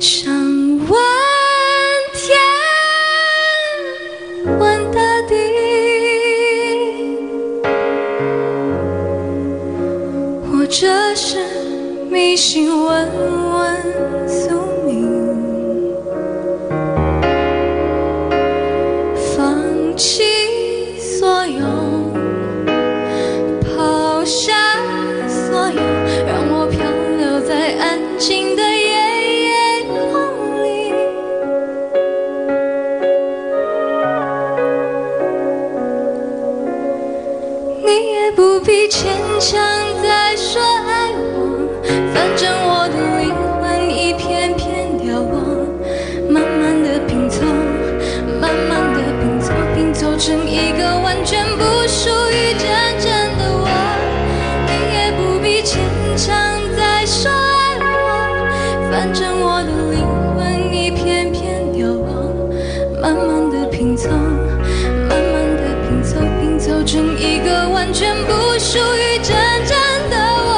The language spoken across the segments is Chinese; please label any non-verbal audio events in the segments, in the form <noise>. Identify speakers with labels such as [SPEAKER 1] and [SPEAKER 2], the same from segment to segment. [SPEAKER 1] 想问天，问大地，或者是迷信问问宿命，放弃所有。抛下所有，让我漂流在安静的夜夜梦里。你也不必牵强再说爱我，反正我的灵魂一片片凋亡，慢慢的拼凑，慢慢的拼凑，拼凑成一个完全不属于真正的我。你也不必牵强再说爱我，反正我的灵魂一片片凋亡，慢慢的拼凑，慢慢的拼凑，拼凑成一个完全不属于真正的我。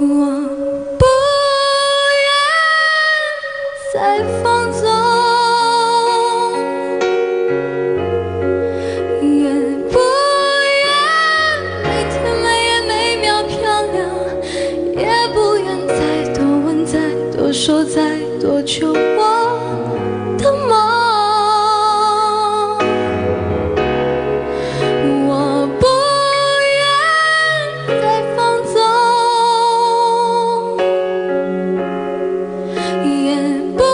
[SPEAKER 1] 我不愿再放纵，也不愿每天每夜每秒漂亮，也不愿再多问、再多说、再多求我的梦。我不愿再放纵，也不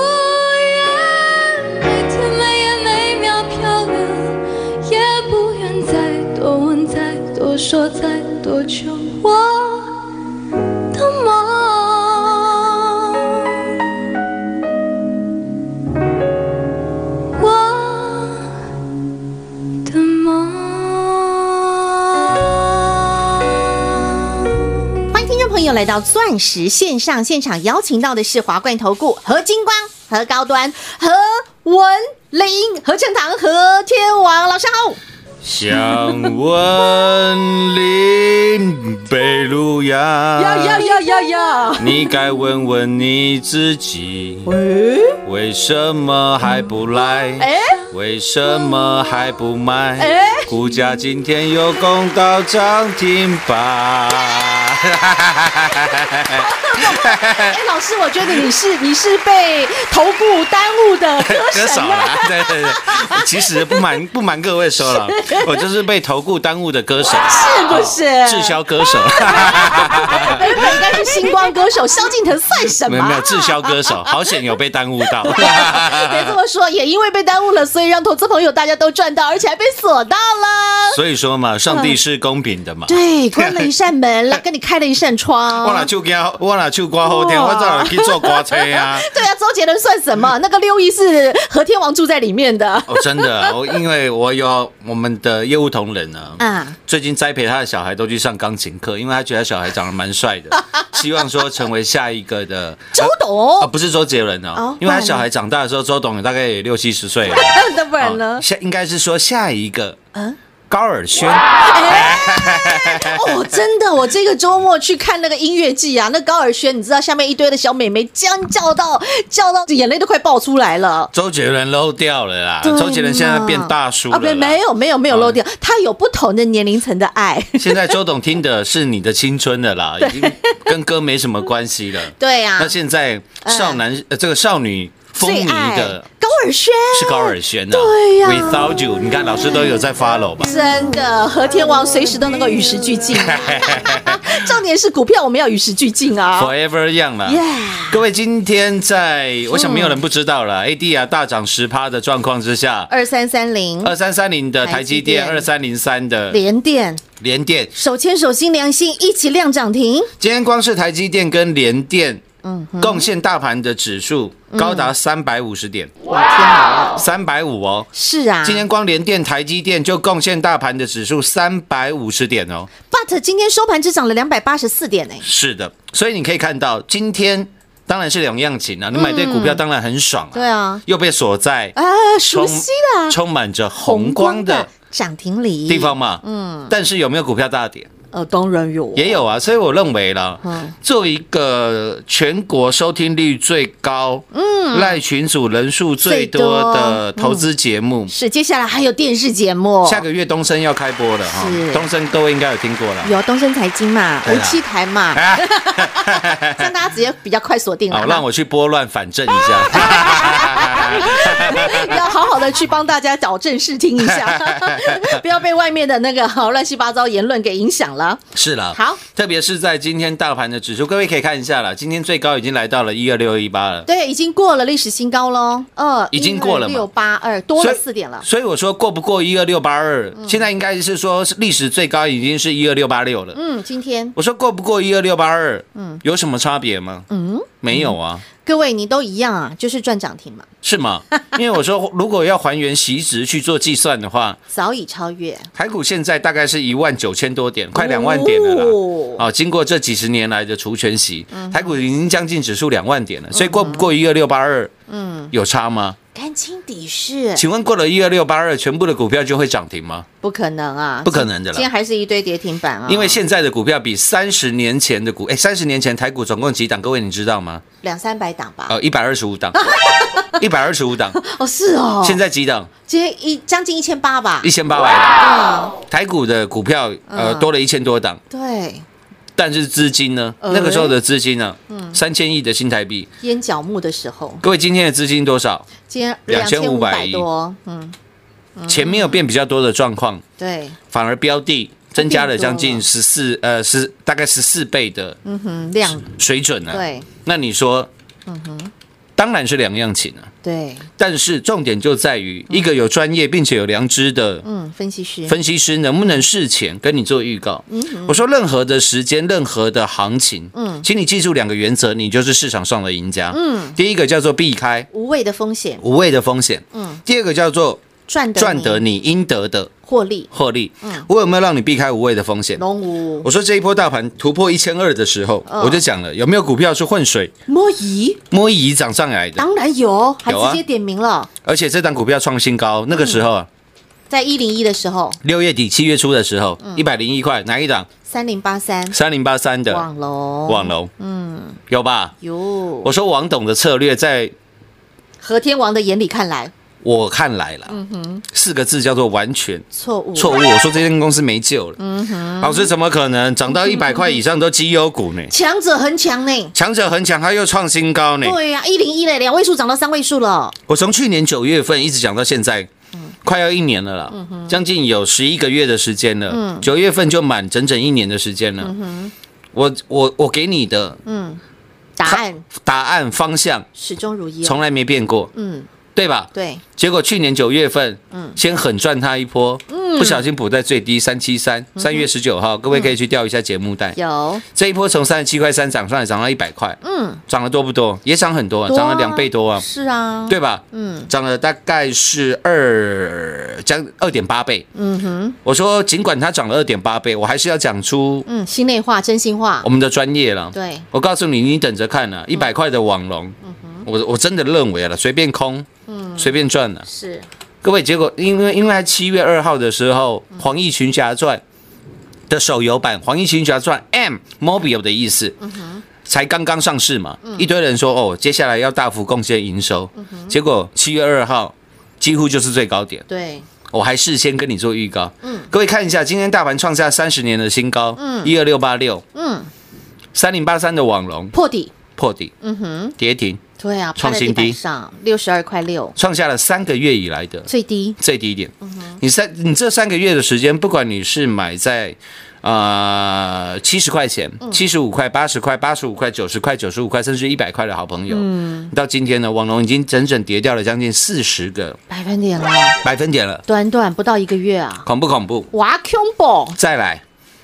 [SPEAKER 1] 愿每天每夜每秒漂亮，也不愿再多问、再多说、再多求我的梦。我。的梦。
[SPEAKER 2] 欢迎听众朋友来到钻石线上现场，邀请到的是华冠投顾何金光、何高端、何文林、何正堂、何天王老师好。
[SPEAKER 3] 想问林北路呀，
[SPEAKER 2] 呀呀呀！
[SPEAKER 3] 你该问问你自己，为什么还不来？
[SPEAKER 2] 哎，
[SPEAKER 3] 为什么还不买
[SPEAKER 2] 哎？
[SPEAKER 3] 股价今天又攻到涨停
[SPEAKER 2] <laughs>
[SPEAKER 3] 板。
[SPEAKER 2] 哎，老师，我觉得你是你是被投顾耽误的歌
[SPEAKER 3] 歌
[SPEAKER 2] 神
[SPEAKER 3] 手
[SPEAKER 2] 啊！ <laughs>
[SPEAKER 3] 啦，对对对，其实不瞒不瞒各位说了，我就是被投顾耽误的歌
[SPEAKER 2] <laughs>
[SPEAKER 3] 手，
[SPEAKER 2] 是不是？
[SPEAKER 3] 滞销歌
[SPEAKER 2] <laughs>
[SPEAKER 3] 手。
[SPEAKER 2] 原本应该是星光歌手萧敬腾算什
[SPEAKER 3] 没
[SPEAKER 2] 么
[SPEAKER 3] 有？没有滞销歌
[SPEAKER 2] <laughs>
[SPEAKER 3] 手，好险有被耽误到。
[SPEAKER 2] 哎别这么说，也因为被耽误了，所以让投资朋友大家都赚到，而且还被锁到了。
[SPEAKER 3] 所以说嘛，上帝是公平的嘛。
[SPEAKER 2] 对，关了一扇门，来跟你开了一扇
[SPEAKER 3] 我
[SPEAKER 2] 窗
[SPEAKER 3] 哪。去刮，我哪去刮后天，
[SPEAKER 2] 哇。
[SPEAKER 3] 我照样去做刮车啊
[SPEAKER 2] 对啊，周杰伦算什么？那个六亿是何天王住在里面的。
[SPEAKER 3] 哦，真的，我因为我有我们的业务同仁呢，
[SPEAKER 2] 嗯
[SPEAKER 3] 最近栽培他的小孩都去上钢琴课，因为他觉得小孩长得蛮帅
[SPEAKER 2] <laughs>
[SPEAKER 3] 的，希望说成为下一个的
[SPEAKER 2] 周
[SPEAKER 3] 啊，
[SPEAKER 2] 董，
[SPEAKER 3] 不是周杰伦
[SPEAKER 2] 哦
[SPEAKER 3] 哦，因为
[SPEAKER 2] 不然
[SPEAKER 3] 他
[SPEAKER 2] 呢
[SPEAKER 3] 小孩长大的时候，周董大概也六七十岁了。
[SPEAKER 2] 那不然呢
[SPEAKER 3] 哦？下应该是说下一个，
[SPEAKER 2] 嗯
[SPEAKER 3] 高尔宣。
[SPEAKER 2] 哦，真的，我这个周末去看那个音乐季啊，那高尔宣，你知道下面一堆的小美眉尖叫到叫到眼泪都快爆出来了。
[SPEAKER 3] 周杰伦漏掉了啦，
[SPEAKER 2] 对
[SPEAKER 3] 周杰伦现在
[SPEAKER 2] 嘛
[SPEAKER 3] 变大叔
[SPEAKER 2] 啊，
[SPEAKER 3] 了
[SPEAKER 2] 不，
[SPEAKER 3] 啦。
[SPEAKER 2] 没有没有没有漏掉，他有不同的年龄层的
[SPEAKER 3] <laughs>
[SPEAKER 2] 爱。
[SPEAKER 3] 现在周董听的是你的青春的
[SPEAKER 2] <laughs>
[SPEAKER 3] 啦，已经跟歌没什么关系了。
[SPEAKER 2] 对啊嗯
[SPEAKER 3] 那，现在少男呃这个少女风
[SPEAKER 2] 最
[SPEAKER 3] 靡
[SPEAKER 2] 爱
[SPEAKER 3] 的
[SPEAKER 2] 高尔宣
[SPEAKER 3] 是高尔宣呐，
[SPEAKER 2] 对呀
[SPEAKER 3] w i t h o u t You，你看老师都有在 follow 吧？
[SPEAKER 2] 真的，和天王随时都能够与时
[SPEAKER 3] <laughs>
[SPEAKER 2] 俱进。重点是股票我们要与时俱
[SPEAKER 3] <laughs>
[SPEAKER 2] 进啊！
[SPEAKER 3] Forever Young 啦
[SPEAKER 2] Yeah 嗯
[SPEAKER 3] 各位，今天在我想没有人不知道了，AD 啊大涨十趴的状况之下，
[SPEAKER 2] 二三三零
[SPEAKER 3] 二三三零的台积电，
[SPEAKER 2] 嗯台
[SPEAKER 3] 二三零三的
[SPEAKER 2] 联电
[SPEAKER 3] 联电，
[SPEAKER 2] 手牵手心连心一起亮涨停，
[SPEAKER 3] 今天光是台积电跟联电，
[SPEAKER 2] 嗯
[SPEAKER 3] 贡献大盘的指数高达三百五十点，
[SPEAKER 2] 我嗯天哪！
[SPEAKER 3] 三百五哦。
[SPEAKER 2] 是啊，
[SPEAKER 3] 今天光联电、台积电就贡献大盘的指数三百五十点哦。
[SPEAKER 2] But 今天收盘只涨了两百八十四点呢、
[SPEAKER 3] 是的，所以你可以看到，今天当然是两样情啊，你买对股票当然很爽啊。
[SPEAKER 2] 对啊，
[SPEAKER 3] 又被锁在
[SPEAKER 2] 啊，熟悉的啊
[SPEAKER 3] 充满着红光的
[SPEAKER 2] 涨停里
[SPEAKER 3] 地，方嘛。嗯，但是有没有股票大跌？
[SPEAKER 2] 呃，当然有，
[SPEAKER 3] 也有啊，所以我认为啦
[SPEAKER 2] 嗯，
[SPEAKER 3] 作为一个全国收听率最高、嗯，赖群组人数最多嗯的投资节目，
[SPEAKER 2] 是接下来还有电视节目，
[SPEAKER 3] 下个月东升要开播了哈
[SPEAKER 2] 是。
[SPEAKER 3] 东升各位应该有听过了。
[SPEAKER 2] 有东升财经
[SPEAKER 3] <laughs>
[SPEAKER 2] 嘛，
[SPEAKER 3] 对
[SPEAKER 2] 无
[SPEAKER 3] 啦
[SPEAKER 2] 七台嘛，
[SPEAKER 3] 啊
[SPEAKER 2] 这样大家直接比较快锁定了
[SPEAKER 3] 好，
[SPEAKER 2] <laughs> 嘛。
[SPEAKER 3] 让我去拨乱反正一下。
[SPEAKER 2] 要好好的去帮大家找正视听
[SPEAKER 3] <laughs>
[SPEAKER 2] 一下，不要被外面的那个好乱七八糟言论给影响了。
[SPEAKER 3] 是了，
[SPEAKER 2] 好，
[SPEAKER 3] 特别是在今天大盘的指数，各位可以看一下了，今天最高已经来到了一二六一八了。
[SPEAKER 2] 对，已经过了历史新高喽，二
[SPEAKER 3] 已经过了嘛
[SPEAKER 2] 六八二多了
[SPEAKER 3] 所以
[SPEAKER 2] 四点了，
[SPEAKER 3] 所以我说过不过一二六八二，现在应该是说是历史最高已经是一二六八六了。
[SPEAKER 2] 嗯，今天
[SPEAKER 3] 我说过不过一二六八二，嗯，有什么差别吗？嗯，没有啊，
[SPEAKER 2] 各位你都一样啊，就是赚涨停嘛，
[SPEAKER 3] 是吗？因为我说如果要还原席值去做计算的话，
[SPEAKER 2] 早已超越，
[SPEAKER 3] 台股现在大概是一万九千多点，快两万点了啦。
[SPEAKER 2] 哦
[SPEAKER 3] 啊，经过这几十年来的除权息，台股已经将近指数两万点了，所以过不过一二六八二，嗯，有差吗？
[SPEAKER 2] 干清底是
[SPEAKER 3] 请问过了一二六八二，全部的股票就会涨停吗？
[SPEAKER 2] 不可能啊，
[SPEAKER 3] 不可能的啦
[SPEAKER 2] 今天还是一堆跌停板啊，
[SPEAKER 3] 因为现在的股票比三十年前的股，哎，三十年前台股总共几档？各位你知道吗？
[SPEAKER 2] 两三百档吧，
[SPEAKER 3] 呃，一百二十五档，一百二十五档，
[SPEAKER 2] 哦是哦，
[SPEAKER 3] 现在几档？
[SPEAKER 2] 今天一将近一千八吧
[SPEAKER 3] 一，千八百档。
[SPEAKER 2] 啊，
[SPEAKER 3] 台股的股票呃
[SPEAKER 2] 嗯
[SPEAKER 3] 多了一千多档，
[SPEAKER 2] 对，
[SPEAKER 3] 但是资金呢？
[SPEAKER 2] 哎
[SPEAKER 3] 那个时候的资金呢？啊三千亿的新台币。
[SPEAKER 2] 烟角木的时候，
[SPEAKER 3] 各位今天的资金多少？
[SPEAKER 2] 今天
[SPEAKER 3] 2500
[SPEAKER 2] 五百
[SPEAKER 3] 亿
[SPEAKER 2] 多，嗯，
[SPEAKER 3] 钱没有变比较多的状况，
[SPEAKER 2] 对，
[SPEAKER 3] 反而标的增加了将
[SPEAKER 2] 变
[SPEAKER 3] 近十四呃十大概十四倍的
[SPEAKER 2] 嗯哼，量
[SPEAKER 3] 水准呢、
[SPEAKER 2] 对
[SPEAKER 3] 那你说，嗯哼，当然是两样情啊。
[SPEAKER 2] 对，
[SPEAKER 3] 但是重点就在于一个有专业并且有良知的
[SPEAKER 2] 嗯，分析师，
[SPEAKER 3] 分析师能不能事前跟你做预告。
[SPEAKER 2] 嗯
[SPEAKER 3] 我说任何的时间，任何的行情，嗯，请你记住两个原则，你就是市场上的赢家。嗯，第一个叫做避开
[SPEAKER 2] 无谓的风险
[SPEAKER 3] 无谓的风险，嗯，第二个叫做
[SPEAKER 2] 赚得
[SPEAKER 3] 赚
[SPEAKER 2] 你
[SPEAKER 3] 得你应得的
[SPEAKER 2] 获利，哦
[SPEAKER 3] 获利。
[SPEAKER 2] 嗯
[SPEAKER 3] 我有没有让你避开无谓的风险？
[SPEAKER 2] 龙无
[SPEAKER 3] 我说这一波大盘突破一千二的时候，
[SPEAKER 2] 嗯
[SPEAKER 3] 我就讲了，有没有股票是混水
[SPEAKER 2] 摸鱼
[SPEAKER 3] 摸鱼涨上来的？
[SPEAKER 2] 当然有，还
[SPEAKER 3] 有啊
[SPEAKER 2] 直接点名了，
[SPEAKER 3] 而且这档股票创新高，那个时候
[SPEAKER 2] 嗯
[SPEAKER 3] 啊，
[SPEAKER 2] 在一零一的时候，
[SPEAKER 3] 六月底七月初的时候，
[SPEAKER 2] 嗯
[SPEAKER 3] 一百零一块，哪一档？
[SPEAKER 2] 三零八三
[SPEAKER 3] 三零八三的
[SPEAKER 2] 网龙，
[SPEAKER 3] 网龙，嗯，有吧？
[SPEAKER 2] 哟
[SPEAKER 3] 我，说王董的策略，在
[SPEAKER 2] 和天王的眼里看来
[SPEAKER 3] 我看来了，
[SPEAKER 2] 嗯
[SPEAKER 3] 四个字叫做完全
[SPEAKER 2] 错误，
[SPEAKER 3] 错误。我说这间公司没救了，
[SPEAKER 2] 嗯
[SPEAKER 3] 老师怎么可能涨到一百块以上都绩优股呢？
[SPEAKER 2] 强者恒强呢。
[SPEAKER 3] 强者恒强，它又创新高呢。
[SPEAKER 2] 对呀、1一零一嘞，两位数涨到三位数了，
[SPEAKER 3] 我从去年九月份一直讲到现在，快要一年了啦，将近有十一个月的时间了。九月份就满整整一年的时间了。我我我给你的
[SPEAKER 2] 答案
[SPEAKER 3] 答案方向
[SPEAKER 2] 始终如一、哦。
[SPEAKER 3] 从来没变过，
[SPEAKER 2] 嗯，
[SPEAKER 3] 对吧？
[SPEAKER 2] 对，
[SPEAKER 3] 结果去年九月份，先狠赚它一波，
[SPEAKER 2] 嗯
[SPEAKER 3] 不小心补在最低三七三，三月十九号，各位可以去调一下节目带。
[SPEAKER 2] 有
[SPEAKER 3] 这一波从三十七块三涨上来，涨到一百块，
[SPEAKER 2] 嗯，
[SPEAKER 3] 涨得多不多？也涨很多啊，
[SPEAKER 2] 多啊
[SPEAKER 3] 涨了两倍多啊，
[SPEAKER 2] 是啊，
[SPEAKER 3] 对吧？
[SPEAKER 2] 嗯，
[SPEAKER 3] 涨了大概是二将二点八倍。
[SPEAKER 2] 嗯哼，
[SPEAKER 3] 我说，尽管它涨了二点八倍，我还是要讲出
[SPEAKER 2] 嗯，心内话，真心话
[SPEAKER 3] 我，们的专业了。
[SPEAKER 2] 对，
[SPEAKER 3] 我告诉你，你等着看啊，一百啊块的网龙，我我真的认为了，随便空，随便赚了。啊
[SPEAKER 2] 是
[SPEAKER 3] 各位，结果因为因为在七月二号的时候，《黄奕群侠传》的手游版《黄奕群侠传 M Mobile》的意思，才刚刚上市嘛，一堆人说哦，接下来要大幅贡献营收，结果七月二号几乎就是最高点。
[SPEAKER 2] 对，
[SPEAKER 3] 我还事先跟你做预告。嗯，各位看一下，今天大盘创下三十年的新高，嗯，一二六八六，
[SPEAKER 2] 嗯，
[SPEAKER 3] 三零八三的网龙
[SPEAKER 2] 破底，
[SPEAKER 3] 破底
[SPEAKER 2] 嗯哼，
[SPEAKER 3] 跌停，
[SPEAKER 2] 对啊，
[SPEAKER 3] 创
[SPEAKER 2] 趴在
[SPEAKER 3] 新
[SPEAKER 2] 地板
[SPEAKER 3] 低
[SPEAKER 2] 上六十二块六，
[SPEAKER 3] 创下了三个月以来的
[SPEAKER 2] 最低，
[SPEAKER 3] 最低点。你三你这三个月的时间，不管你是买在呃七十块钱、七十五块、八十块、八十五块、九十块、九十五块，甚至一百块的好朋友，嗯，到今天呢，网龙已经整整跌掉了将近四十个
[SPEAKER 2] 百分点啊了，
[SPEAKER 3] 百分点了，
[SPEAKER 2] 短短不到一个月啊，
[SPEAKER 3] 恐不恐怖？
[SPEAKER 2] 哇，combo，
[SPEAKER 3] 再来，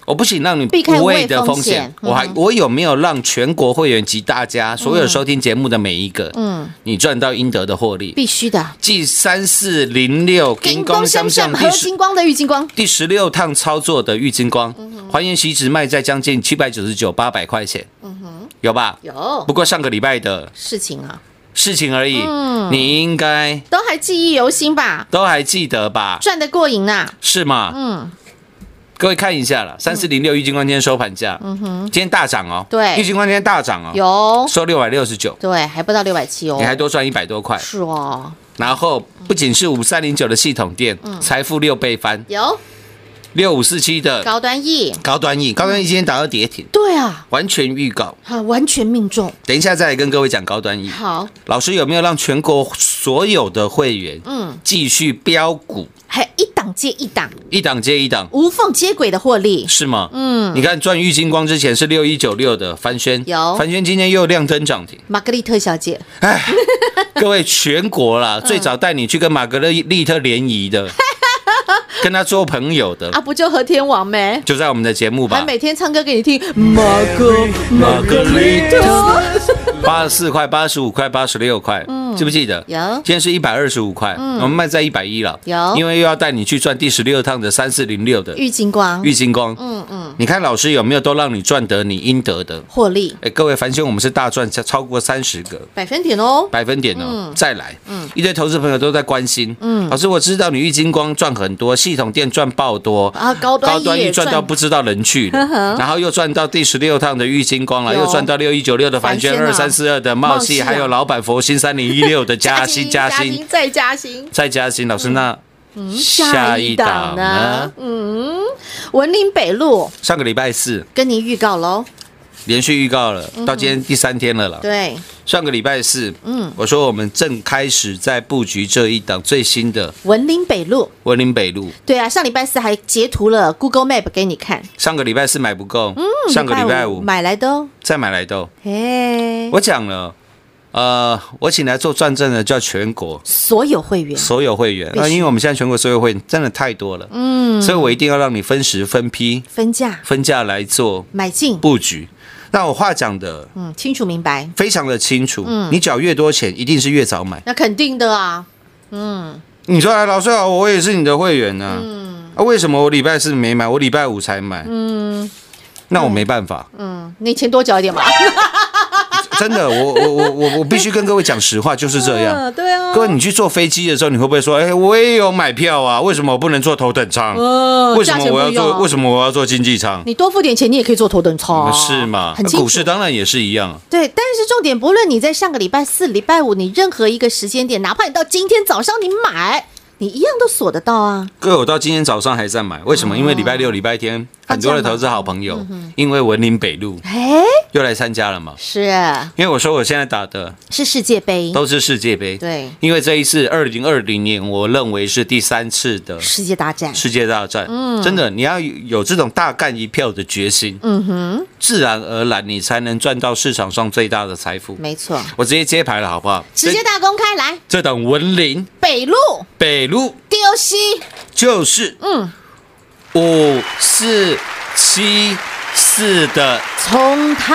[SPEAKER 3] 我不仅让你
[SPEAKER 2] 避开
[SPEAKER 3] 无
[SPEAKER 2] 无谓
[SPEAKER 3] 谓的
[SPEAKER 2] 风
[SPEAKER 3] 风险
[SPEAKER 2] 险，嗯
[SPEAKER 3] 我还我有没有让全国会员及大家所有收听节目的每一个，嗯，你赚到应得的获利？
[SPEAKER 2] 必须的，
[SPEAKER 3] 继三四零六金光相向
[SPEAKER 2] 和
[SPEAKER 3] 第十
[SPEAKER 2] 金光的郁金光，
[SPEAKER 3] 第十六趟操作的郁金光，
[SPEAKER 2] 嗯
[SPEAKER 3] 还原期指卖在将近七百九十九八百块钱，有吧？
[SPEAKER 2] 嗯有
[SPEAKER 3] 不过上个礼拜的
[SPEAKER 2] 事情啊，
[SPEAKER 3] 事情而已，
[SPEAKER 2] 嗯
[SPEAKER 3] 你应该
[SPEAKER 2] 都还记忆犹新吧，
[SPEAKER 3] 都还记得吧？
[SPEAKER 2] 赚得过瘾呐，
[SPEAKER 3] 是吗？
[SPEAKER 2] 嗯，
[SPEAKER 3] 各位看一下了，三四零六郁金光今天收盘价，嗯哼，今天大涨哦，
[SPEAKER 2] 对
[SPEAKER 3] 郁金光今天大涨哦，
[SPEAKER 2] 有，
[SPEAKER 3] 收六百六十九，
[SPEAKER 2] 对，还不到六百七哦
[SPEAKER 3] 你，还多赚一百多块，
[SPEAKER 2] 是哦，
[SPEAKER 3] 然后不仅是五三零九的系统店，
[SPEAKER 2] 嗯
[SPEAKER 3] 财富六倍翻，
[SPEAKER 2] 有
[SPEAKER 3] 六五四七的
[SPEAKER 2] 高端 E，
[SPEAKER 3] 高端 E，高端 E 今天打到跌停，
[SPEAKER 2] 对啊，
[SPEAKER 3] 完全预告，
[SPEAKER 2] 啊，完全命中，
[SPEAKER 3] 等一下再来跟各位讲高端 E。
[SPEAKER 2] 好，
[SPEAKER 3] 老师有没有让全国所有的会员，
[SPEAKER 2] 嗯
[SPEAKER 3] 嗯，继续标股，
[SPEAKER 2] 还一档接一档，
[SPEAKER 3] 一档接一档，
[SPEAKER 2] 无缝接轨的获利，
[SPEAKER 3] 是吗？
[SPEAKER 2] 嗯
[SPEAKER 3] 你看赚郁金光之前是六一九六的翻轩，
[SPEAKER 2] 有
[SPEAKER 3] 翻轩今天又亮灯
[SPEAKER 2] <laughs>
[SPEAKER 3] 涨停。
[SPEAKER 2] 玛格丽特小姐，
[SPEAKER 3] 哎，各位全国啦，
[SPEAKER 2] 嗯
[SPEAKER 3] 最早带你去跟玛格丽特联谊
[SPEAKER 2] <laughs>
[SPEAKER 3] 的，跟他做朋友的
[SPEAKER 2] 啊，，不就和天王没？
[SPEAKER 3] 就在我们的节目
[SPEAKER 2] 还
[SPEAKER 3] 吧。
[SPEAKER 2] 每天唱歌给你听，玛
[SPEAKER 3] 嗯
[SPEAKER 2] 格
[SPEAKER 3] 玛格丽特，八十四块、八十五块、八十六块，记不记得？
[SPEAKER 2] 嗯有嗯
[SPEAKER 3] 今天是一百二十五块，我们卖在一百一了。
[SPEAKER 2] 有
[SPEAKER 3] 因为又要带你去赚第十六趟的三四零六的
[SPEAKER 2] 郁金光，
[SPEAKER 3] 郁金光。
[SPEAKER 2] 嗯嗯，
[SPEAKER 3] 你看老师有没有都让你赚得你应得的？
[SPEAKER 2] 获利
[SPEAKER 3] 哎，各位，凡兄，我们是大赚超超过三十个。
[SPEAKER 2] 百分点哦，
[SPEAKER 3] 百分点哦，再来，
[SPEAKER 2] 嗯
[SPEAKER 3] 一堆投资朋友都在关心，嗯，老师，我知道你郁金光赚很多，系统店赚爆多
[SPEAKER 2] 啊高端
[SPEAKER 3] 高端
[SPEAKER 2] 也
[SPEAKER 3] 一赚
[SPEAKER 2] 赚
[SPEAKER 3] 到不知道人去了，然后又赚到第十六趟的郁金光了，
[SPEAKER 2] 有
[SPEAKER 3] 又赚到六一九六的
[SPEAKER 2] 凡
[SPEAKER 3] 凡
[SPEAKER 2] 轩
[SPEAKER 3] 轩
[SPEAKER 2] 啊
[SPEAKER 3] 二三四二的茂
[SPEAKER 2] 茂系
[SPEAKER 3] 系，
[SPEAKER 2] 啊
[SPEAKER 3] 还有老板佛心三零一六的嘉兴，嘉兴
[SPEAKER 2] 再加薪。
[SPEAKER 3] 再嘉兴，老师那
[SPEAKER 2] 下嗯一档呢？？嗯，文林北路
[SPEAKER 3] 上个礼拜四
[SPEAKER 2] 跟您预告喽，
[SPEAKER 3] 连续预告了，到今天第三天了啦。
[SPEAKER 2] 嗯对，
[SPEAKER 3] 上个礼拜四，嗯，我说我们正开始在布局这一档最新的
[SPEAKER 2] 文林北路，
[SPEAKER 3] 文林北路。
[SPEAKER 2] 对啊，上礼拜四还截图了 Google Map 给你看，
[SPEAKER 3] 上个礼拜四买不够，上嗯个礼拜五
[SPEAKER 2] 买来的哦，
[SPEAKER 3] 再买来豆。
[SPEAKER 2] 嘿，
[SPEAKER 3] 我讲了，呃，我请来做转正的叫全国
[SPEAKER 2] 所有会员
[SPEAKER 3] 所有会员，
[SPEAKER 2] 必须
[SPEAKER 3] 那、因为我们现在全国所有会员真的太多了，嗯，所以我一定要让你分时分批
[SPEAKER 2] 分价
[SPEAKER 3] 分价来做
[SPEAKER 2] 买进，
[SPEAKER 3] 布局。那我话讲的
[SPEAKER 2] 嗯，清楚明白，
[SPEAKER 3] 非常的清楚，你缴越多钱，一定是越早买。
[SPEAKER 2] 那肯定的啊，
[SPEAKER 3] 你说，哎，老师好，我也是你的会员呐、啊，啊，为什么我礼拜四没买，我礼拜五才买？嗯，那我没办法，
[SPEAKER 2] 嗯，你钱多缴一点嘛，
[SPEAKER 3] <laughs> 真的，我我我我我必须跟各位讲实话，就是这样。
[SPEAKER 2] 嗯，对啊，
[SPEAKER 3] 各位，你去坐飞机的时候，你会不会说，哎、我也有买票啊，为什么我不能坐头等舱？
[SPEAKER 2] 嗯
[SPEAKER 3] 为什么我要
[SPEAKER 2] 价钱不一
[SPEAKER 3] 坐？
[SPEAKER 2] 样
[SPEAKER 3] 为什么我要坐经济舱？
[SPEAKER 2] 你多付点钱，你也可以做头等舱啊，
[SPEAKER 3] 是吗？呃
[SPEAKER 2] 很清楚
[SPEAKER 3] 股市当然也是一样，
[SPEAKER 2] 对，但是重点，不论你在上个礼拜四、礼拜五，你任何一个时间点，哪怕你到今天早上你买，你一样都锁得到啊。
[SPEAKER 3] 各位，我到今天早上还在买，为什
[SPEAKER 2] 嗯
[SPEAKER 3] 么？因为礼拜六、礼拜天，很多的投资好朋友，因为文林北路
[SPEAKER 2] 哎，
[SPEAKER 3] 又来参加了嘛。
[SPEAKER 2] 是
[SPEAKER 3] 因为我说我现在打的
[SPEAKER 2] 是世界杯，
[SPEAKER 3] 都是世界杯，
[SPEAKER 2] 对
[SPEAKER 3] 因为这一次二零二零年，我认为是第三次的
[SPEAKER 2] 世界大战，
[SPEAKER 3] 世界大战，真的，你要有有这种大干一票的决心，
[SPEAKER 2] 嗯哼，
[SPEAKER 3] 自然而然你才能赚到市场上最大的财富。
[SPEAKER 2] 没错，
[SPEAKER 3] 我直接揭牌了，好不好？
[SPEAKER 2] 嗯直接
[SPEAKER 3] 这
[SPEAKER 2] 大公开来，
[SPEAKER 3] 这档文林
[SPEAKER 2] 北路
[SPEAKER 3] 北路
[SPEAKER 2] 丢西，
[SPEAKER 3] 就是
[SPEAKER 2] 嗯，
[SPEAKER 3] 五四七四的
[SPEAKER 2] 冲泰，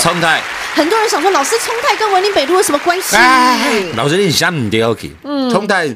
[SPEAKER 3] 冲泰，
[SPEAKER 2] 很多人想说，老师冲泰跟文林北路有什么关系？哎嗯
[SPEAKER 3] 老师你想唔对 OK，冲泰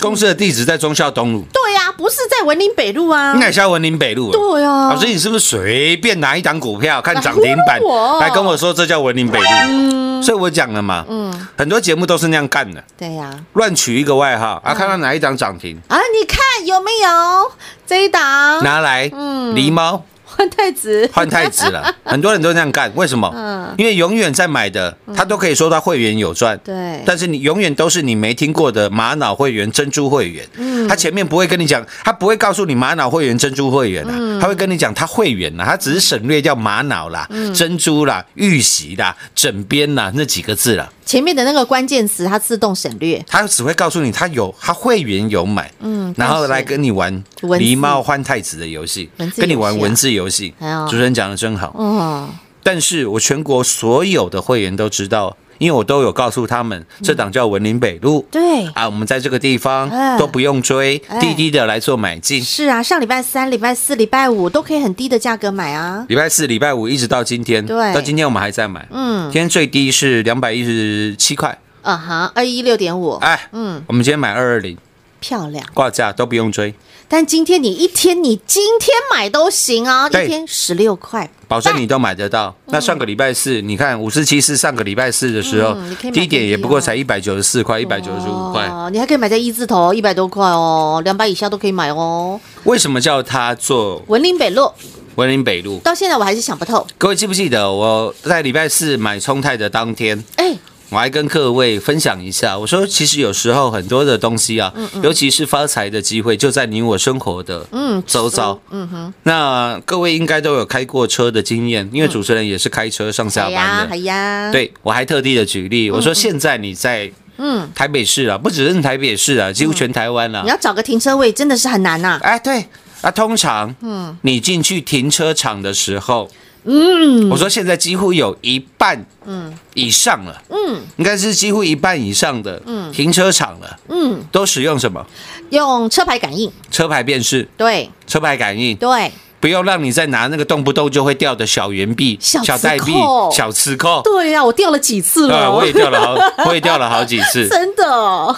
[SPEAKER 3] 公司的地址在忠孝东路，
[SPEAKER 2] 对呀、不是在文林北路啊
[SPEAKER 3] 应。该下文林北路了。
[SPEAKER 2] 对啊
[SPEAKER 3] 老师，你是不是随便拿一档股票看涨停
[SPEAKER 2] 来
[SPEAKER 3] 板
[SPEAKER 2] 糊弄啊我
[SPEAKER 3] 来跟我说这叫文林北路？所以我讲了嘛，嗯，很多节目都是那样干的，
[SPEAKER 2] 对呀、
[SPEAKER 3] 乱取一个外号
[SPEAKER 2] 嗯
[SPEAKER 3] 啊，看到哪一档涨停，
[SPEAKER 2] 啊，你看有没有这一档
[SPEAKER 3] 拿来，
[SPEAKER 2] 啊嗯
[SPEAKER 3] 狸猫
[SPEAKER 2] 换太子？
[SPEAKER 3] 换太子
[SPEAKER 2] <laughs>
[SPEAKER 3] 了，很多人都这样干，为什么
[SPEAKER 2] 嗯？
[SPEAKER 3] 因为永远在买的，他都可以说他会员有赚，
[SPEAKER 2] 对
[SPEAKER 3] 但是你永远都是你没听过的玛瑙会员、珍珠会员，
[SPEAKER 2] 嗯
[SPEAKER 3] 他前面不会跟你讲，他不会告诉你玛瑙会员、珍珠会员
[SPEAKER 2] 嗯
[SPEAKER 3] 啊，他会跟你讲他会员啦，啊他只是省略掉玛瑙啦、
[SPEAKER 2] 嗯
[SPEAKER 3] 珍珠啦、玉玺啦、枕边啦那几个字啦，
[SPEAKER 2] 前面的那个关键词它自动省略，
[SPEAKER 3] 他只会告诉你他有他会员有买，
[SPEAKER 2] 嗯
[SPEAKER 3] 然后
[SPEAKER 2] 但是
[SPEAKER 3] 来跟你玩
[SPEAKER 2] 文字
[SPEAKER 3] 狸猫换太子的游戏
[SPEAKER 2] 文，字
[SPEAKER 3] 跟你
[SPEAKER 2] 游戏
[SPEAKER 3] 玩
[SPEAKER 2] 啊
[SPEAKER 3] 文字游戏
[SPEAKER 2] 哎呦。
[SPEAKER 3] 主持人讲的真好。
[SPEAKER 2] 哦，
[SPEAKER 3] 但是我全国所有的会员都知道，因为我都有告诉他们，这档叫文林北路。
[SPEAKER 2] 对
[SPEAKER 3] <laughs> 啊，我们在这个地方
[SPEAKER 2] 嗯
[SPEAKER 3] 都不用追，
[SPEAKER 2] 哎
[SPEAKER 3] 滴滴的来做买进。
[SPEAKER 2] 是啊，上礼拜三、礼拜四、礼拜五都可以很低的价格买啊。
[SPEAKER 3] 礼拜四、礼拜五一直到今天，
[SPEAKER 2] 对
[SPEAKER 3] 到今天我们还在买。
[SPEAKER 2] 嗯
[SPEAKER 3] 今天最低是两百一十七块，
[SPEAKER 2] 嗯哼，二一六点五，
[SPEAKER 3] 哎，
[SPEAKER 2] 嗯，
[SPEAKER 3] 我们今天买二二零
[SPEAKER 2] 漂亮。
[SPEAKER 3] 挂价都不用追，
[SPEAKER 2] 但今天你一天，你今天买都行啊，一
[SPEAKER 3] 对
[SPEAKER 2] 天十六块，
[SPEAKER 3] 保证你都买得到。
[SPEAKER 2] 哎嗯
[SPEAKER 3] 那上个礼拜四，你看五四七是上个礼拜四的时候
[SPEAKER 2] 嗯你可以，买
[SPEAKER 3] 低点也不过
[SPEAKER 2] 便宜哦
[SPEAKER 3] 才一百九十四块、一百九十五块。
[SPEAKER 2] 哦，你还可以买在一字头，一百多块哦，两百以下都可以买哦。
[SPEAKER 3] 为什么叫它做
[SPEAKER 2] 文林北路
[SPEAKER 3] 文林北路？
[SPEAKER 2] 到现在我还是想不透，
[SPEAKER 3] 各位记不记得我在礼拜四买冲泰的当天，
[SPEAKER 2] 哎，
[SPEAKER 3] 我还跟各位分享一下，我说其实有时候很多的东西啊，尤其是发财的机会，就在你我生活的
[SPEAKER 2] 嗯
[SPEAKER 3] 周遭。
[SPEAKER 2] 嗯哼，
[SPEAKER 3] 那各位应该都有开过车的经验，因为主持人也是开车上下
[SPEAKER 2] 哎呀
[SPEAKER 3] 班，
[SPEAKER 2] 哎
[SPEAKER 3] 的。
[SPEAKER 2] 呀，，
[SPEAKER 3] 对我还特地的举例，我说现在你在
[SPEAKER 2] 嗯，
[SPEAKER 3] 台北市啊，不只是台北市啊，几乎全台湾啊
[SPEAKER 2] 你。要找个停车位真的是很难呐。
[SPEAKER 3] 哎，对啊，通常，嗯，你进去停车场的时候，嗯，我说现在几乎有一半，嗯，以上了，嗯，应该是几乎一半以上的，嗯，停车场了，嗯，都使用什么
[SPEAKER 2] 用车牌感应，
[SPEAKER 3] 车牌辨识、
[SPEAKER 2] 对
[SPEAKER 3] 车牌感应，
[SPEAKER 2] 对
[SPEAKER 3] 不要让你再拿那个动不动就会掉的小圆币、
[SPEAKER 2] 小
[SPEAKER 3] 小
[SPEAKER 2] 磁
[SPEAKER 3] 代币
[SPEAKER 2] 扣、
[SPEAKER 3] 小磁扣，
[SPEAKER 2] 对呀，我掉了几次
[SPEAKER 3] 啊，
[SPEAKER 2] 了，
[SPEAKER 3] 我也掉了好，我也掉了好几 <laughs> 次，
[SPEAKER 2] 真的哦，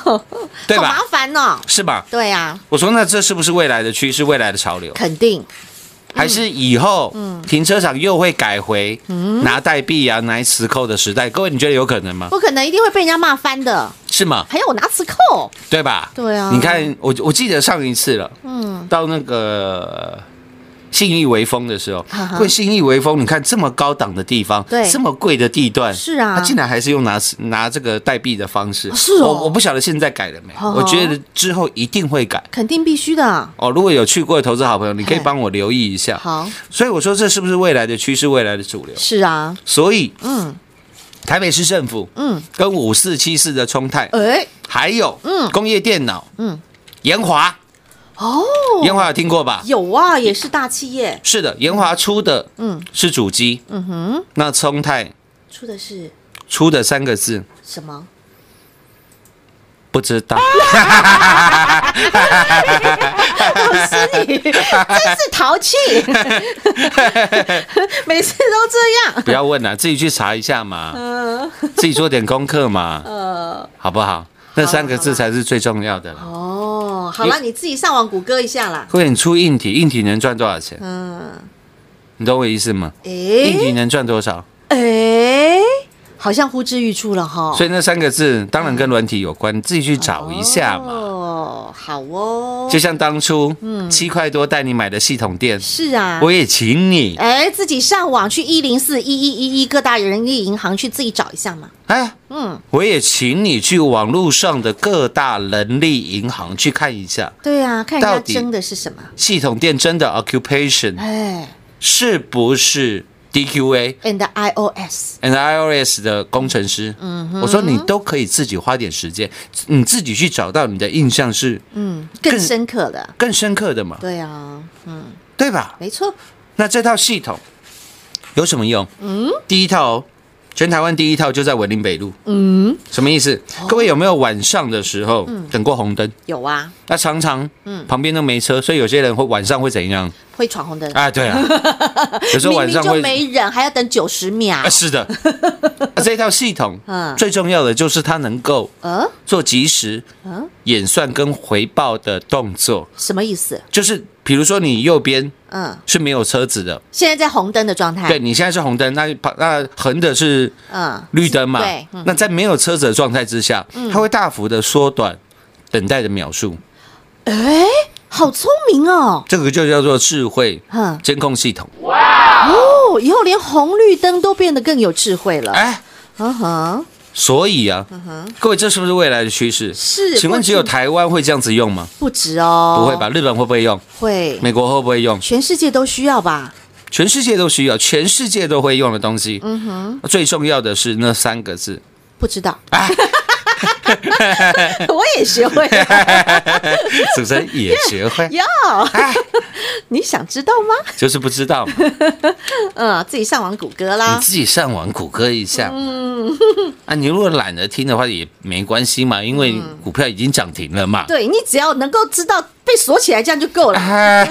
[SPEAKER 3] 对
[SPEAKER 2] 好
[SPEAKER 3] 吧
[SPEAKER 2] 麻烦哦。
[SPEAKER 3] 是吧？
[SPEAKER 2] 对呀，
[SPEAKER 3] 我说那这是不是未来的趋势、未来的潮流？
[SPEAKER 2] 肯定
[SPEAKER 3] 还是以后
[SPEAKER 2] 嗯
[SPEAKER 3] 停车场又会改回拿代币啊、拿磁扣的时代？各位，你觉得有可能吗？
[SPEAKER 2] 不可能，一定会被人家骂翻的。
[SPEAKER 3] 是吗？
[SPEAKER 2] 还要我拿磁扣，
[SPEAKER 3] 对吧？
[SPEAKER 2] 对啊嗯
[SPEAKER 3] 你看，我我记得上一次了，到那个信义微风的时候
[SPEAKER 2] 哈，哈
[SPEAKER 3] 会信义微风，你看这么高档的地方，
[SPEAKER 2] 对
[SPEAKER 3] 这么贵的地段，
[SPEAKER 2] 是啊
[SPEAKER 3] 他竟然还是用拿拿这个代币的方式。
[SPEAKER 2] 是哦
[SPEAKER 3] 我我不晓得现在改了没，
[SPEAKER 2] 好
[SPEAKER 3] 我觉得之后一定会改。
[SPEAKER 2] 肯定必须的。
[SPEAKER 3] 哦，如果有去过的投资好朋友，你可以
[SPEAKER 2] 嘿
[SPEAKER 3] 帮我留意一下。
[SPEAKER 2] 好，
[SPEAKER 3] 所以我说，这是不是未来的趋势，未来的主流？
[SPEAKER 2] 是啊，
[SPEAKER 3] 所以
[SPEAKER 2] 嗯
[SPEAKER 3] 台北市政府
[SPEAKER 2] 嗯，
[SPEAKER 3] 跟五四七四的冲泰，
[SPEAKER 2] 哎，
[SPEAKER 3] 还有
[SPEAKER 2] 嗯
[SPEAKER 3] 工业电脑，
[SPEAKER 2] 嗯，
[SPEAKER 3] 延华，
[SPEAKER 2] 哦，
[SPEAKER 3] 延华有听过吧？
[SPEAKER 2] 有啊，也是大企业，
[SPEAKER 3] 是的，延华出的
[SPEAKER 2] 嗯
[SPEAKER 3] 是主机，
[SPEAKER 2] 嗯哼，
[SPEAKER 3] 那冲泰
[SPEAKER 2] 出的是
[SPEAKER 3] 出的三个字
[SPEAKER 2] 什么？
[SPEAKER 3] 不知
[SPEAKER 2] <laughs>
[SPEAKER 3] 道，
[SPEAKER 2] 老师你真是淘 <laughs> 气，每次都这样。
[SPEAKER 3] 不要问了，自己去查一下嘛，
[SPEAKER 2] 呃
[SPEAKER 3] 自己做点功课
[SPEAKER 2] <laughs>
[SPEAKER 3] 嘛，好不好？那三个字才是最重要的啦。
[SPEAKER 2] 哦，啊好了，你自己上网谷歌一下啦。
[SPEAKER 3] 或者你出硬体，硬体能赚多少钱？
[SPEAKER 2] 嗯，
[SPEAKER 3] 你懂我意思吗？硬体
[SPEAKER 2] 哎
[SPEAKER 3] 能赚多少？
[SPEAKER 2] 哎，好像呼之欲出了哈。
[SPEAKER 3] 所以那三个字当然跟软体有关，你自己去找一下嘛。
[SPEAKER 2] 哦，好哦。
[SPEAKER 3] 就像当初七块多带你买的系统店，
[SPEAKER 2] 是啊，
[SPEAKER 3] 我也请你，
[SPEAKER 2] 哎，自己上网去一零四一一一一各大人力银行去自己找一下嘛。
[SPEAKER 3] 哎，
[SPEAKER 2] 嗯，
[SPEAKER 3] 我也请你去网络上的各大人力银行去看一下，
[SPEAKER 2] 对啊，看人
[SPEAKER 3] 到
[SPEAKER 2] 家
[SPEAKER 3] 底
[SPEAKER 2] 争的是什么。
[SPEAKER 3] 系统店真的 occupation
[SPEAKER 2] 哎
[SPEAKER 3] 是不是 DQA
[SPEAKER 2] ，and iOS，
[SPEAKER 3] and iOS 的工程师？
[SPEAKER 2] 嗯
[SPEAKER 3] 我说你都可以自己花点时间，你自己去找到你的印象是
[SPEAKER 2] 嗯，更
[SPEAKER 3] 更
[SPEAKER 2] 深刻了。
[SPEAKER 3] 更深刻的嘛，
[SPEAKER 2] 对啊，嗯，
[SPEAKER 3] 对吧？
[SPEAKER 2] 没错，
[SPEAKER 3] 那这套系统有什么用？嗯，第一套哦，全台湾第一套就在文林北路。
[SPEAKER 2] 嗯，
[SPEAKER 3] 什么意思？各位有没有晚上的时候等过红灯？
[SPEAKER 2] 有啊，
[SPEAKER 3] 那常常旁边都没车，所以有些人会晚上会怎
[SPEAKER 2] <laughs>
[SPEAKER 3] 样？
[SPEAKER 2] 会闯红灯，
[SPEAKER 3] 啊，对啊，有时候晚上
[SPEAKER 2] 明明就
[SPEAKER 3] 会
[SPEAKER 2] 没人，还要等九十秒
[SPEAKER 3] 啊，。是的，
[SPEAKER 2] <laughs>
[SPEAKER 3] 啊、这套系统，
[SPEAKER 2] 嗯
[SPEAKER 3] 最重要的就是它能够
[SPEAKER 2] 呃，
[SPEAKER 3] 做及时、
[SPEAKER 2] 嗯
[SPEAKER 3] 演算跟回报的动作，
[SPEAKER 2] 什么意思？
[SPEAKER 3] 就是比如说你右边
[SPEAKER 2] 嗯，
[SPEAKER 3] 是没有车子的，
[SPEAKER 2] 现在在红灯的状态。
[SPEAKER 3] 对，你现在是红灯，那旁那横的是
[SPEAKER 2] 嗯，
[SPEAKER 3] 绿灯嘛，
[SPEAKER 2] 对嗯
[SPEAKER 3] 那在没有车子的状态之下，它会大幅的缩短等待的秒数，
[SPEAKER 2] 哎，好聪明哦。
[SPEAKER 3] 这个就叫做智慧
[SPEAKER 2] 嗯，
[SPEAKER 3] 监控系统。
[SPEAKER 2] 哦，以后连红绿灯都变得更有智慧了。
[SPEAKER 3] 哎，
[SPEAKER 2] 嗯哼，
[SPEAKER 3] 所以啊，各位，这是不是未来的趋势？
[SPEAKER 2] 嗯是
[SPEAKER 3] 请问只有台湾会这样子用吗？
[SPEAKER 2] 不止哦。
[SPEAKER 3] 不会吧？？日本会不会用？
[SPEAKER 2] 会，
[SPEAKER 3] 美国会不会用？
[SPEAKER 2] 全世界都需要吧？
[SPEAKER 3] 全世界都需要，全世界都会用的东西。嗯哼，最重要的是那三个
[SPEAKER 2] <laughs>
[SPEAKER 3] 字。
[SPEAKER 2] 不知道。
[SPEAKER 3] 哎
[SPEAKER 2] <laughs> 我也学会了。
[SPEAKER 3] <laughs> 主持人也学会，
[SPEAKER 2] 哟，你想知道吗？
[SPEAKER 3] 就是不知道嘛，
[SPEAKER 2] 嗯，自己上网谷歌
[SPEAKER 3] 你
[SPEAKER 2] 啦。
[SPEAKER 3] 自己上网谷歌一下。啊嗯， <laughs> 啊，你如果懒得听的话也没关系嘛，因为股票已经涨停了嘛。
[SPEAKER 2] 对你只要能够知道被锁起来，这样就够了。
[SPEAKER 3] <laughs> 哎，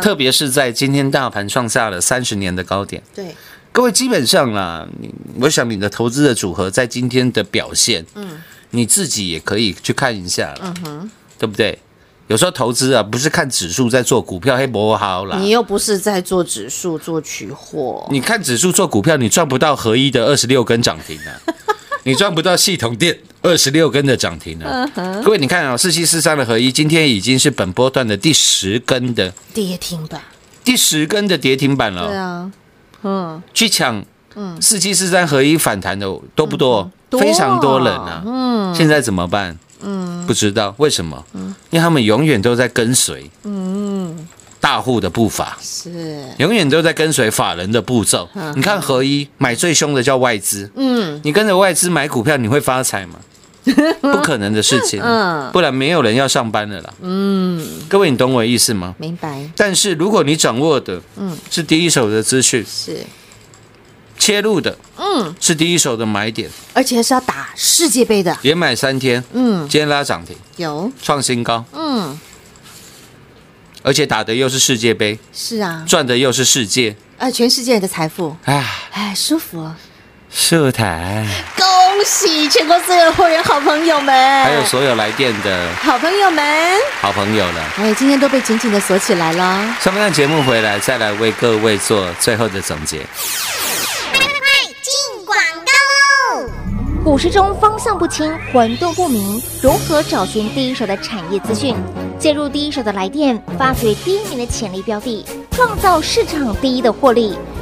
[SPEAKER 3] 特别是在今天大盘创下了三十年的高点，
[SPEAKER 2] 对，
[SPEAKER 3] 各位基本上啦，你我想你的投资的组合在今天的表现，嗯，你自己也可以去看一下，嗯哼，对不对？有时候投资啊，不是看指数在做股票，黑不好啦。
[SPEAKER 2] 你
[SPEAKER 3] 你
[SPEAKER 2] 又不是在做指数、做期货，
[SPEAKER 3] 看指数做股票，你赚不到合一的二十六根涨停啊，你赚不到系统店二十六根的涨停啊。各位，你看啊、4四七四三的合一，今天已经是本波段的第十根的
[SPEAKER 2] 跌停吧？
[SPEAKER 3] 第十根的跌停板了哦。
[SPEAKER 2] 对啊，
[SPEAKER 3] 去抢，嗯，四七四三合一反弹的多不多？
[SPEAKER 2] 多
[SPEAKER 3] 非常多人啊，嗯，现在怎么办？嗯，不知道为什么，嗯，因为他们永远都在跟随，嗯，大户的步伐，
[SPEAKER 2] 是，
[SPEAKER 3] 永远都在跟随法人的步骤。你看合一买最凶的叫外资，
[SPEAKER 2] 嗯，
[SPEAKER 3] 你跟着外资买股票，你会发财 <laughs> 吗？不可能的事情，嗯，不然没有人要上班了啦。嗯，各位，你懂我意思吗？
[SPEAKER 2] 明白，
[SPEAKER 3] 但是如果你掌握的，嗯，是第一手的资讯，
[SPEAKER 2] 是，
[SPEAKER 3] 切入的，嗯，是第一手的买点，
[SPEAKER 2] 而且是要打世界杯的，
[SPEAKER 3] 连买三天，
[SPEAKER 2] 嗯，
[SPEAKER 3] 今天拉涨停，
[SPEAKER 2] 有，
[SPEAKER 3] 创新高，
[SPEAKER 2] 嗯，
[SPEAKER 3] 而且打的又是世界杯，
[SPEAKER 2] 是啊，
[SPEAKER 3] 赚的又是世界，
[SPEAKER 2] 呃，全世界的财富，
[SPEAKER 3] 啊，
[SPEAKER 2] 哎，舒服哦。
[SPEAKER 3] 秀台，
[SPEAKER 2] 恭喜全国所有的会员好朋友们，
[SPEAKER 3] 还有所有来电的
[SPEAKER 2] 好朋友们，
[SPEAKER 3] 好朋友了。
[SPEAKER 2] 哎，今天都被紧紧的锁起来了。
[SPEAKER 3] 上半段节目回来，再来为各位做最后的总结。
[SPEAKER 4] 股市中方向不清、混沌不明，如何找寻第一手的产业资讯？介入第一手的来电，发掘第一名的潜力标的，创造市场第一的获利。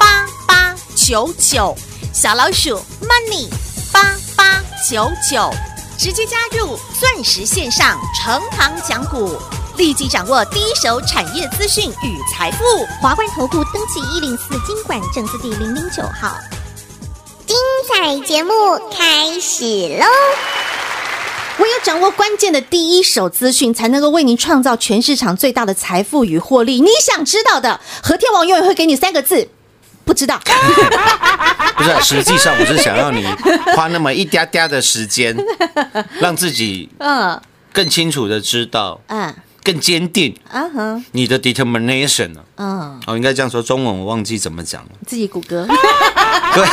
[SPEAKER 5] 八八九九，小老鼠 Money 八八九九，直接加入钻石线上成行讲股，立即掌握第一手产业资讯与财富。
[SPEAKER 4] 华冠投顾登记一零四经管证字第零零九号。
[SPEAKER 6] 彩节目开始喽！
[SPEAKER 2] 唯有掌握关键的第一手资讯，才能够为您创造全市场最大的财富与获利。你想知道的，和天王永远会给你三个字：不知道。
[SPEAKER 3] 不是，实际上我是想要你花那么一嗲嗲的时间，让自己
[SPEAKER 2] <laughs> 嗯
[SPEAKER 3] 更清楚的知道，
[SPEAKER 2] 嗯
[SPEAKER 3] 更坚定
[SPEAKER 2] 啊哈
[SPEAKER 3] 你的 determination 了。
[SPEAKER 2] 嗯，
[SPEAKER 3] 哦，应该这样说，中文我忘记怎么
[SPEAKER 2] <laughs>
[SPEAKER 3] 讲了。
[SPEAKER 2] 自己谷歌
[SPEAKER 3] 各位，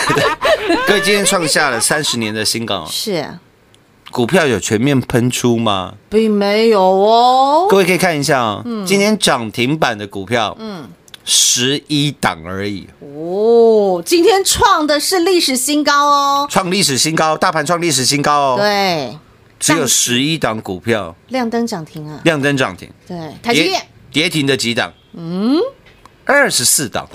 [SPEAKER 3] 各位今天创下了三十年的新高，啊
[SPEAKER 2] 是
[SPEAKER 3] 股票有全面喷出吗？
[SPEAKER 2] 并没有哦嗯
[SPEAKER 3] 各。位可以看一下啊、今天涨停板的股票，嗯，十一档而已，
[SPEAKER 2] 哦，今天创的是历史新高哦。
[SPEAKER 3] 创历史新高，大盘创历史新高哦，
[SPEAKER 2] 对，
[SPEAKER 3] 只有
[SPEAKER 2] 但
[SPEAKER 3] 十一档股票
[SPEAKER 2] 亮灯涨停啊。
[SPEAKER 3] 亮灯涨停，
[SPEAKER 2] 对，台积电
[SPEAKER 3] 跌跌停的几档，嗯，二十四档，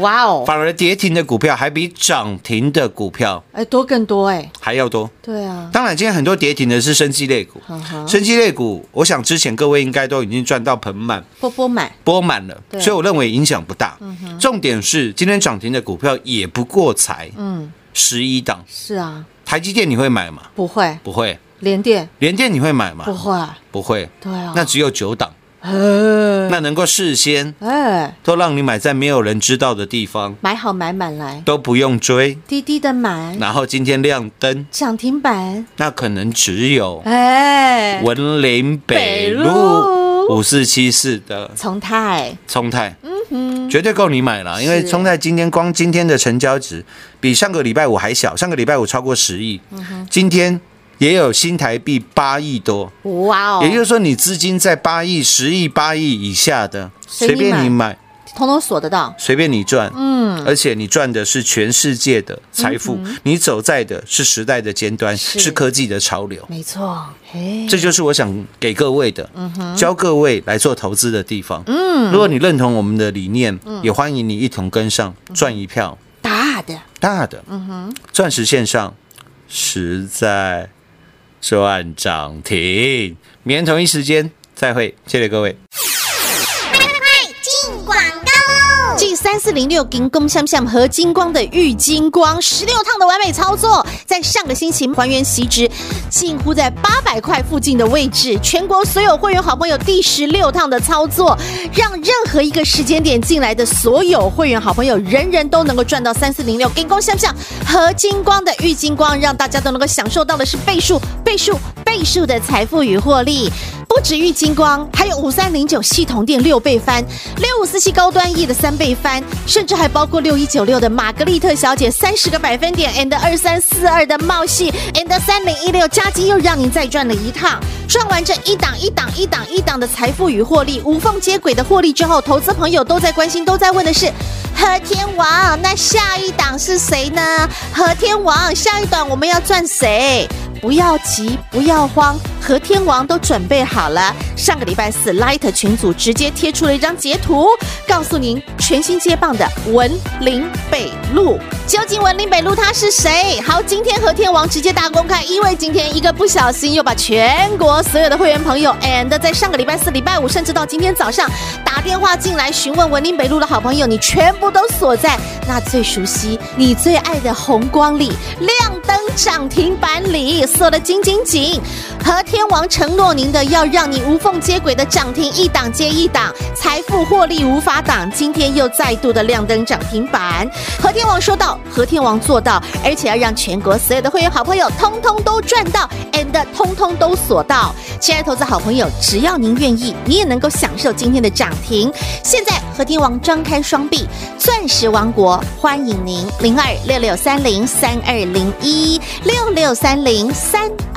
[SPEAKER 5] 哇哦，
[SPEAKER 3] 反而跌停的股票还比涨停的股票
[SPEAKER 5] 哎，多更多哎，
[SPEAKER 3] 还要多。
[SPEAKER 5] 对啊，
[SPEAKER 3] 当然，今天很多跌停的是生技类股
[SPEAKER 5] 嗯哼，
[SPEAKER 3] 生技类股，我想之前各位应该都已经赚到盆满
[SPEAKER 5] 波波满，
[SPEAKER 3] 钵满了，
[SPEAKER 5] 对嗯
[SPEAKER 3] 所以我认为影响不大。重点是今天涨停的股票也不过才
[SPEAKER 5] 嗯，
[SPEAKER 3] 十一档，
[SPEAKER 5] 是啊，
[SPEAKER 3] 台积电你会买吗？
[SPEAKER 5] 不会，
[SPEAKER 3] 不会，
[SPEAKER 5] 连电
[SPEAKER 3] 联电你会买吗
[SPEAKER 5] 不？会，
[SPEAKER 3] 不会，
[SPEAKER 5] 对啊，
[SPEAKER 3] 那只有九档，
[SPEAKER 5] 呃，
[SPEAKER 3] 那能够事先
[SPEAKER 5] 哎，
[SPEAKER 3] 都让你买在没有人知道的地方，
[SPEAKER 5] 买好买满来，
[SPEAKER 3] 都不用追，
[SPEAKER 5] 低低的买，
[SPEAKER 3] 然后今天亮灯，
[SPEAKER 5] 涨停板，
[SPEAKER 3] 那可能只有
[SPEAKER 5] 哎，
[SPEAKER 3] 文林北
[SPEAKER 5] 北
[SPEAKER 3] 路
[SPEAKER 5] 路
[SPEAKER 3] 五四七四的
[SPEAKER 5] 从泰，
[SPEAKER 3] 冲泰，绝对够你买了，因为冲泰今天光今天的成交值比上个礼拜五还小，上个礼拜五超过十亿，今天也有新台币八亿多，
[SPEAKER 5] 哇哦，
[SPEAKER 3] 也就是说你资金在八亿、十亿、八亿以下的，
[SPEAKER 5] 随你
[SPEAKER 3] 随便你买，
[SPEAKER 5] 通通锁得到，
[SPEAKER 3] 随便你赚，嗯，而且你赚的是全世界的财富，你走在的是时代的尖端，
[SPEAKER 5] 嗯是
[SPEAKER 3] 是科技的潮流。
[SPEAKER 5] 没错，嗯哎，
[SPEAKER 3] 这就是我想给各位的，教各位来做投资的地方。嗯，如果你认同我们的理念，也欢迎你一同跟上，赚一票
[SPEAKER 5] 嗯大的
[SPEAKER 3] 大的。嗯哼，钻石线上实在赚涨停，明天同一时间再会，谢谢各位。
[SPEAKER 7] 进广告喽！
[SPEAKER 5] 进三四零六金工相向和金光的玉金光十六趟的完美操作，在上个星期还原席值，近乎在八百块附近的位置。全国所有会员好朋友第十六趟的操作，让任何一个时间点进来的所有会员好朋友，人人都能够赚到三四零六金工相向和金光的玉金光，让大家都能够享受到的是倍数、倍数、倍数的财富与获利。不止玉金光，还有五三零九系统店六倍翻，六五四七高端 E 的三倍翻，甚至还包括六一九六的玛格丽特小姐三十个百分点，and 二三四二的茂系，and 三零一六加金又让您再赚了一趟。赚完这一档一档一档一档的财富与获利，无缝接轨的获利之后，投资朋友都在关心，都在问的是和天王，那下一档是谁呢？和天王，下一档我们要赚谁？不要急，不要慌，和天王都准备好了。上个礼拜四，Light 群组直接贴出了一张截图，告诉您全新接棒的文林北路。究竟文林北路他是谁？好，今天和天王直接大公开，因为今天一个不小心又把全国所有的会员朋友，and 在上个礼拜四、礼拜五，甚至到今天早上打电话进来询问文林北路的好朋友，你全部都锁在那最熟悉、你最爱的红光里，亮灯涨停板里，锁得紧紧紧。和天王承诺您的，要让你无缝接轨的涨停一档接一档，财富获利无法挡。今天又再度的亮灯涨停板，和天王说到，和天王做到，而且要让全国所有的会员好朋友通通都赚到，and 通通都锁到。亲爱的投资好朋友，只要您愿意，你也能够享受今天的涨停。现在和天王张开双臂，钻石王国欢迎您零二六六三零三二零一六六三零三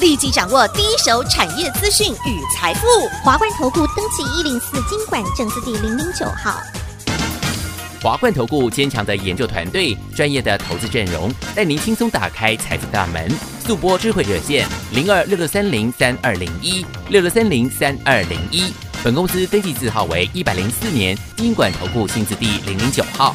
[SPEAKER 8] 立即掌握第一手产业资讯与财富。
[SPEAKER 4] 华冠投顾登记一零四经管证字第零零九号。
[SPEAKER 9] 华冠投顾坚强的研究团队，专业的投资阵容，带您轻松打开财富大门。速播智慧热线零二六六三零三二零一六六三零三二零一。本公司登记字号为一百零四年金管投顾新字第零零九号。